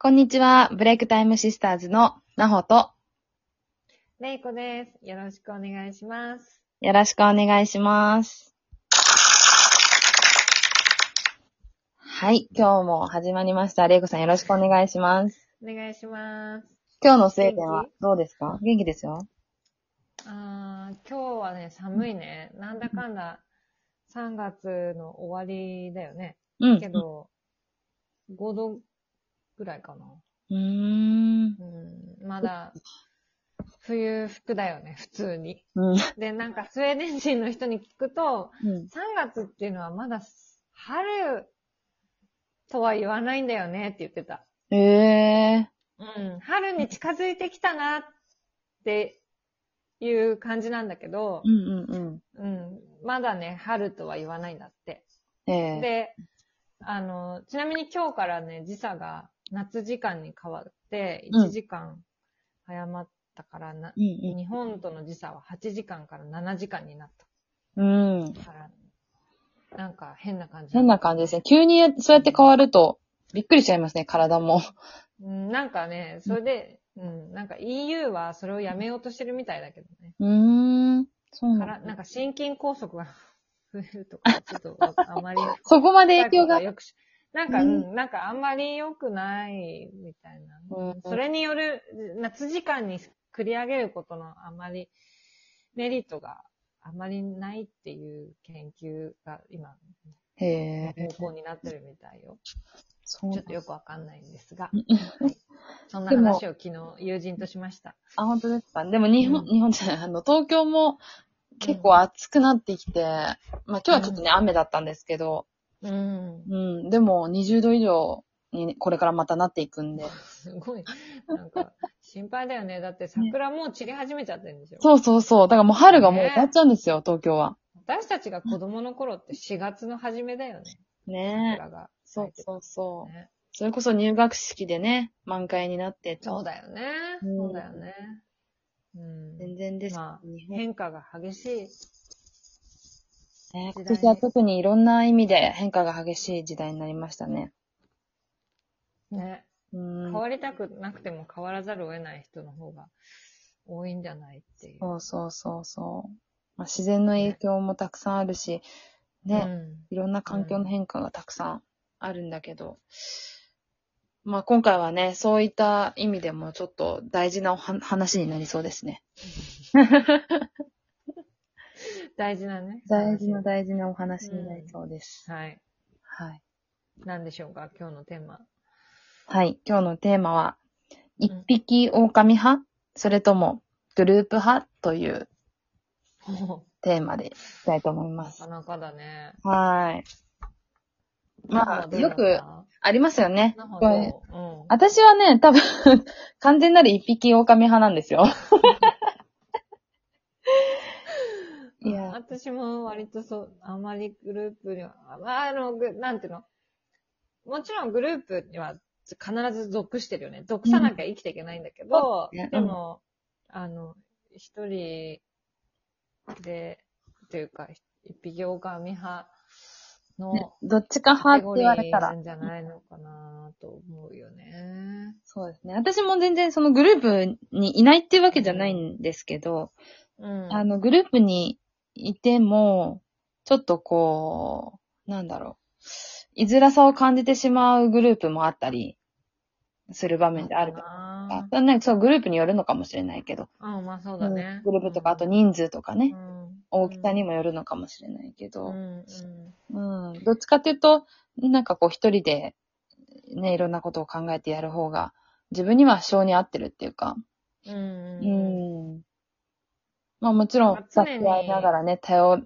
こんにちは。ブレイクタイムシスターズのなほと、めいこです。よろしくお願いします。よろしくお願いします。はい。今日も始まりました。れいこさんよろしくお願いします。お願いします。今日のスウェーデンは元どうですか元気ですよ。あー今日はね、寒いね。なんだかんだ3月の終わりだよね。うん。けど、5度ぐらいかな。うーん。うん、まだ、冬服だよね、普通に。うん。で、なんかスウェーデン人の人に聞くと、うん3月っていうのはまだ春とは言わないんだよねって言ってた。ええうん、春に近づいてきたなっていう感じなんだけどう、んうんうん、まだね、春とは言わないんだって。うん。ええで、あの、ちなみに今日からね、時差が夏時間に変わって、うん1時間早まったからな、うん日本との時差は8時間から7時間になっうん。うん。たから、なんか変な感じ。変な感じですね。急にそうやって変わると、びっくりしちゃいますね、体も。うん、なんかね、それで、うん、なんか EU はそれをやめようとしてるみたいだけどね。うーん。そうなから、んなんだ。か心筋梗塞が 増えるとか、ちょっとわあまり。そこまで 影響が。よくしなんか、ううんん、なんかあんまり良くないみたいな。うんそれによる、夏時間に繰り上げることのあまりメリットがあまりないっていう研究が今、へえ。方向になってるみたいよ。そうちなょっんとだ。よくわかんないんですが。んはいそんなでも話を昨日友人としました。あ、本当ですか。でも日本、うん日本じゃない、あの、東京も結構暑くなってきて、まあ今日はちょっとね、雨だったんですけど、うん。うん、でも20度以上にこれからまたなっていくんで。すごい。なんか、心配だよね。だって桜もう散り始めちゃってるんでしょ。そうそうそう。だからもう春がもう終わっちゃうんですよ、東京は。私たちが子供の頃って4月の初めだよね。ねえ。桜がそ咲ういてたそうそう。ね。それこそ入学式でね、満開になって、そうだよね。うんそうだよね。うん。全然です。まあ日本変化が激しい。ね、今時代年は特にいろんな意味で変化が激しい時代になりましたね。ね。うん変。わりたくなくても変わらざるを得ない人の方が多いんじゃないっていう。そうそうそうそう。まあ、自然の影響もたくさんあるし、ね、うんいろんな環境の変化がたくさんあるんだけど、まあ今回はね、そういった意味でもちょっと大事なおは話になりそうですね。大事なね。大事な大事なお話になりそうです。はい。はい。何でしょうか今日のテーマ。 はい。今日のテーマは、ん一匹狼派それともグループ派というテーマでいきたいと思いまなすか。なかだね。はい。まあ、よくありますよね。なるほこれど。うん私はね、多分、 完全なる一匹狼派なんですよ。いや私も割とそう、あまりグループには、ああの、ぐなんていうのもちろんグループには必ず属してるよね。属さなきゃ生きていけないんだけど、うんでも、あの、一人で、というか、一匹狼派のどっちかカ派っテゴてリ言われーたなら。んじゃないのかなと思うよね。そうですね。私も全然そのグループにいないっていうわけじゃないんですけど、うん。あの、グループにいても、ちょっとこう、なんだろう。居づらさを感じてしまうグループもあったりする場面であるとかな。それはねそう、グループによるのかもしれないけど。うん、まあそうだね。グループとか、あと人数とかね。うん、大きさにもよるのかもしれないけうど、ん、うん。うん、どっちかっていうと、なんかこう一人で、ね、いろんなことを考えてやる方が、自分には性に合ってるっていうか、う。うんん。まあもちろん、常助にけ合いながらね、頼っ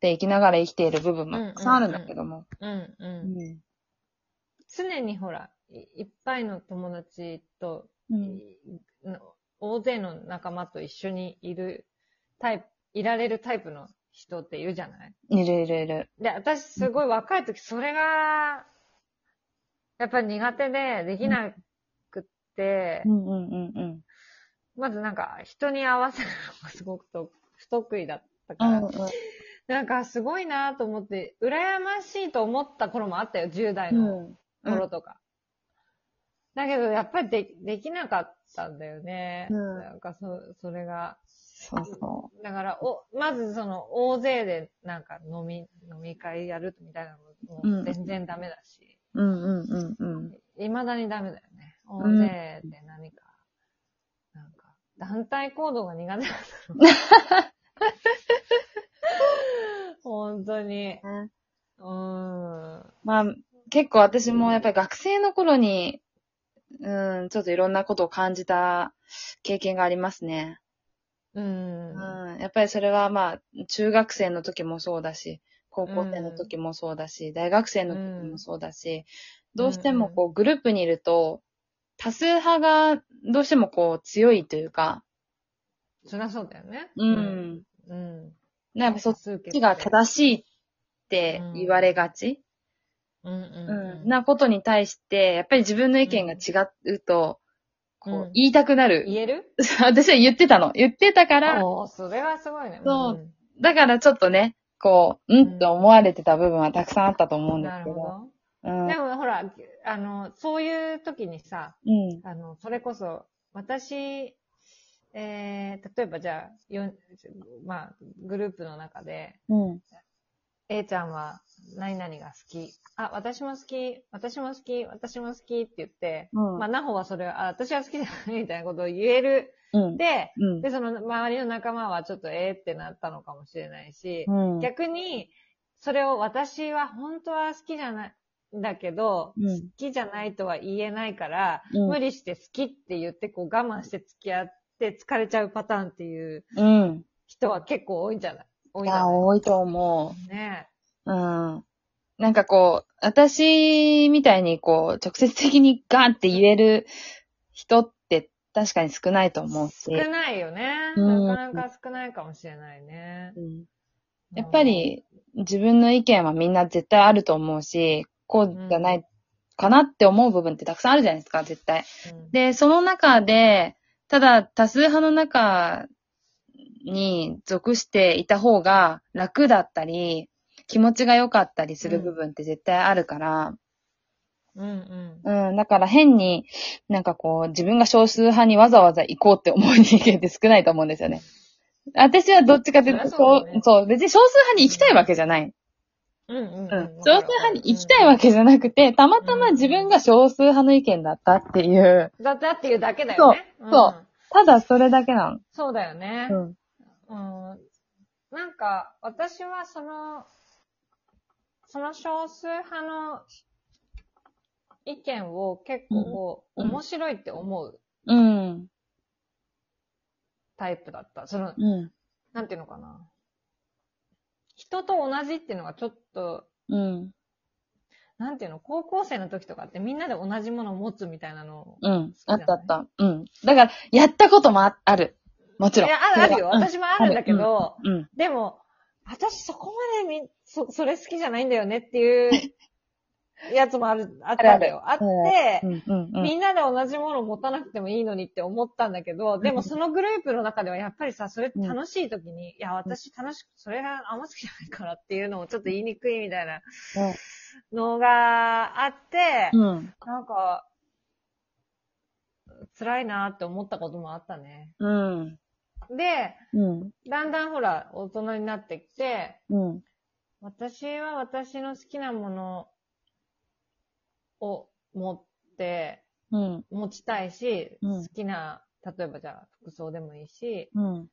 ていきながら生きている部分もたくさんあるんだけども。うんううん。ん。常にほら、いいっぱいの友達と、うん。いの大勢の仲間と一緒にいるタイプ、いられるタイプの人っているじゃないいるいるいる。で、私すごい若い時、それが、やっぱり苦手で、できなくってう、んうんうんうん。まずなんか人に合わせるのがすごくと不得意だったかうんら、うんなんかすごいなと思って、羨ましいと思った頃もあったよ、10代のうん。頃とか。だけど、やっぱりでできなかったんだよね。うんなんかそ、それが。そうそだから、お、まずその、大勢でなんか飲み、飲み会やるみたいなのうもん全然ダメだし、う。うんうんうんうん。未だにダメだよね。大ん勢で何か、なんか、団体行動が苦手なんだろう。本当に。うーん。まあ、結構私もやっぱり学生の頃に、うん、ちょっといろんなことを感じた経験がありますね。うん。うん、やっぱりそれはまあ、中学生の時もそうだし、高校生の時もそうだし、大学生の時もそうだし、どうしてもこうグループにいると、多数派がどうしてもこう強いというか、そりゃそうだよね。うん。うん。なんかそっっちが正しいって言われがち。うんうんううんん。なことに対して、やっぱり自分の意見が違うと、うこんう、うん言いたくなる。言える 私は言ってたの。言ってたから、おーそれはすごいね。そうんだからちょっとね、こう、うんと思われてた部分はたくさんあったと思うんですなるけほど。ど。うんで。もほら、あの、そういう時にさ、うん。あの、それこそ、私、えー、例えばじゃあ、よんまあ、グループの中で、うん。 A ちゃんは何々が好き。あ、私も好き、私も好き、私も好きって言って、うんまあ、なほはそれを、あ、私は好きじゃないみたいなことを言える。うん。で、うんで、その周りの仲間はちょっとえーってなったのかもしれないし、うん。逆に、それを私は本当は好きじゃない、んだけど、うん好きじゃないとは言えないから、うん無理して好きって言って、こう我慢して付き合って疲れちゃうパターンっていううん。人は結構多いんじゃない多いいんじゃや、ない多いと思ねう。うん。なんかこう、私みたいにこう、直接的にガンって言える人って確かに少ないと思うし。少ないよね。うんなかなか少ないかもしれないね。うんやっぱり自分の意見はみんな絶対あると思うし、こうじゃないかなって思う部分ってたくさんあるじゃないですか、絶対。うん、で、その中で、ただ多数派の中に属していた方が楽だったり、気持ちが良かったりする部分って絶対あるから、うんうん。うん、だから変になんかこう自分が少数派にわざわざ行こうって思う人間って少ないと思うんですよね。私はどっちかというと、そりゃそそううだよねそう、別に少数派に行きたいわけじゃない。うんうんうんうん。少数派に行きたいわけじゃなくて、たまたま自分が少数派の意見だったっていう、だったっていうだけだよね。そううんそうただそれだけなそうだよね。の。うんなんか、私はその、その少数派の意見を結構うんうん面白いって思ううん。うん。タイプだった。その、うん。なんていうのかな。人と同じっていうのがちょっと、うん。なんていうの、高校生の時とかってみんなで同じものを持つみたいなの。うん。あったあった。うん。だから、やったこともあある。もちろん。いや、あるあるよ。うん私もあるんだけど、うん。でも、私そこまでみ、そ、それ好きじゃないんだよねっていう やつもある、あったんだよ。るあってう、ん。うん。うんみんなで同じものを持たなくてもいいのにって思ったんだけど、でもそのグループの中ではやっぱりさ、それ楽しい時に、いや、私楽しく、それがあんま好きじゃないからっていうのをちょっと言いにくいみたいなのがあって、うん。なんか、辛いなって思ったこともあったね。うん。で、うん。だんだんほら、大人になってきて、うん。私は私の好きなものを持って、うん。持ちたいし、うん好きな、例えばじゃあ服装でもいいし、うん。好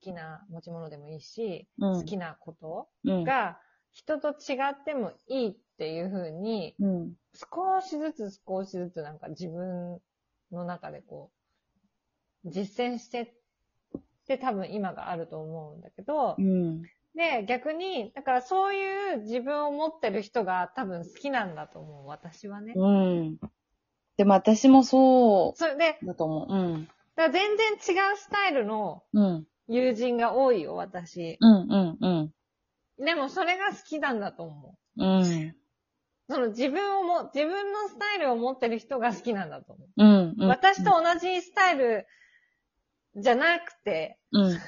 きな持ち物でもいいし、うん好きなことうん。が人と違ってもいいっていう風に、うん。少しずつ少しずつなんか自分の中でこう、実践してって多分今があると思うんだけど、うん。で、逆に、だからそういう自分を持ってる人が多分好きなんだと思う、私はね。うん。でも私もそそれで、うだと思う。うん。だから全然違うスタイルのうん。友人が多いよ、私。うん。うん。うん。でもそれが好きなんだと思うん。う。その自分をも、自分のスタイルを持ってる人が好きなんだと思う。うん。うん私と同じスタイルじゃなくて、うん。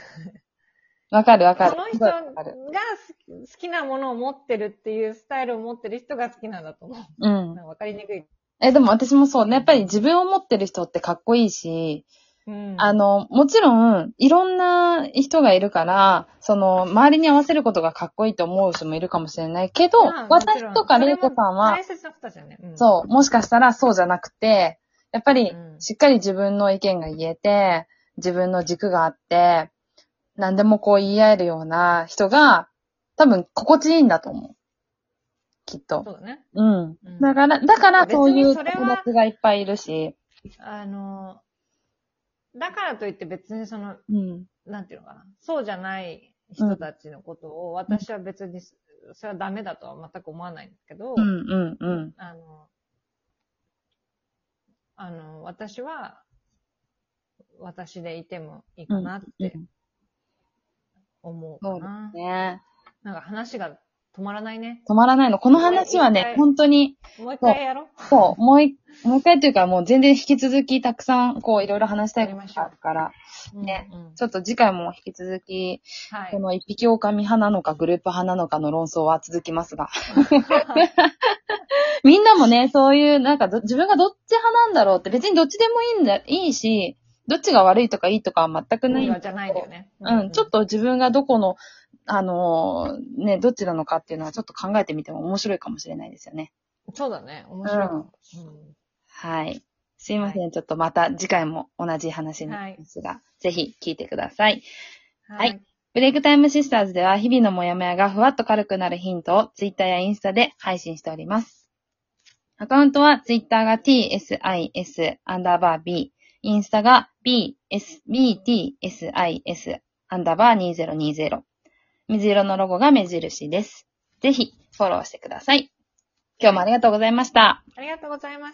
わかるわかる。その人すごいがわかる。好き好きなものを持ってるっていうスタイルを持ってる人が好きなんだと思うう。んな。んかわかりにくいえ、でも私もそうね。やっぱり自分を持ってる人ってかっこいいし、うんあの、もちろん、いろんな人がいるから、その、周りに合わせることがかっこいいと思う人もいるかもしれないけどまあ、もちろん私とか玲子さんそれもは、大切なことじゃんね。うんそう、もしかしたらそうじゃなくて、やっぱりう、んしっかり自分の意見が言えて、自分の軸があって、何でもこう言い合えるような人が、多分心地いいんだと思う。きっと。そうだね。うん。うんだから、だから別にそういうそ友れは達がいっぱいいるし。あの、だからといって別にその、うん。なんていうのかな。そうじゃない人たちのことを、私は別に、それはダメだとは全く思わないんだけど、うんうんうん。あの、あの、私は、私でいてもいいかなっうてん思うそうでかな。すね。なんか話が止まらないね。止まらないの。この話は一ね回、本当に、もう一回やろう。そう、もう一、もう一回というか、もう全然引き続きたくさん、こう、いろいろ話したいことがあるから、ねうんうんちょっと次回も引き続き、はこ い。の一匹狼派なのかグループ派なのかの論争は続きますが。 みんなもね、そういう、なんかど自分がどっち派なんだろうって、別にどっちでもいいんだ、いいし、どっちが悪いとかいいとかは全くない。じゃないんだよね。うん、ちょっと自分がどこの、あのーね、どっちなのかっていうのはちょっと考えてみても面白いかもしれないですよね。そうだね。面白いかも。はい。すいません。ちょっとまた次回も同じ話になりますが、ぜひ聞いてください。うんはい。ブレイクタイムシスターズでは日々のモヤモヤがふわっと軽くなるヒントをツイッターやインスタで配信しております。アカウントはツイッターが tsis アンダーバー b、インスタが bsbtsis アンダーバー2020。水色のロゴが目印です。ぜひフォローしてください。今日もありがとうございました。ありがとうございました。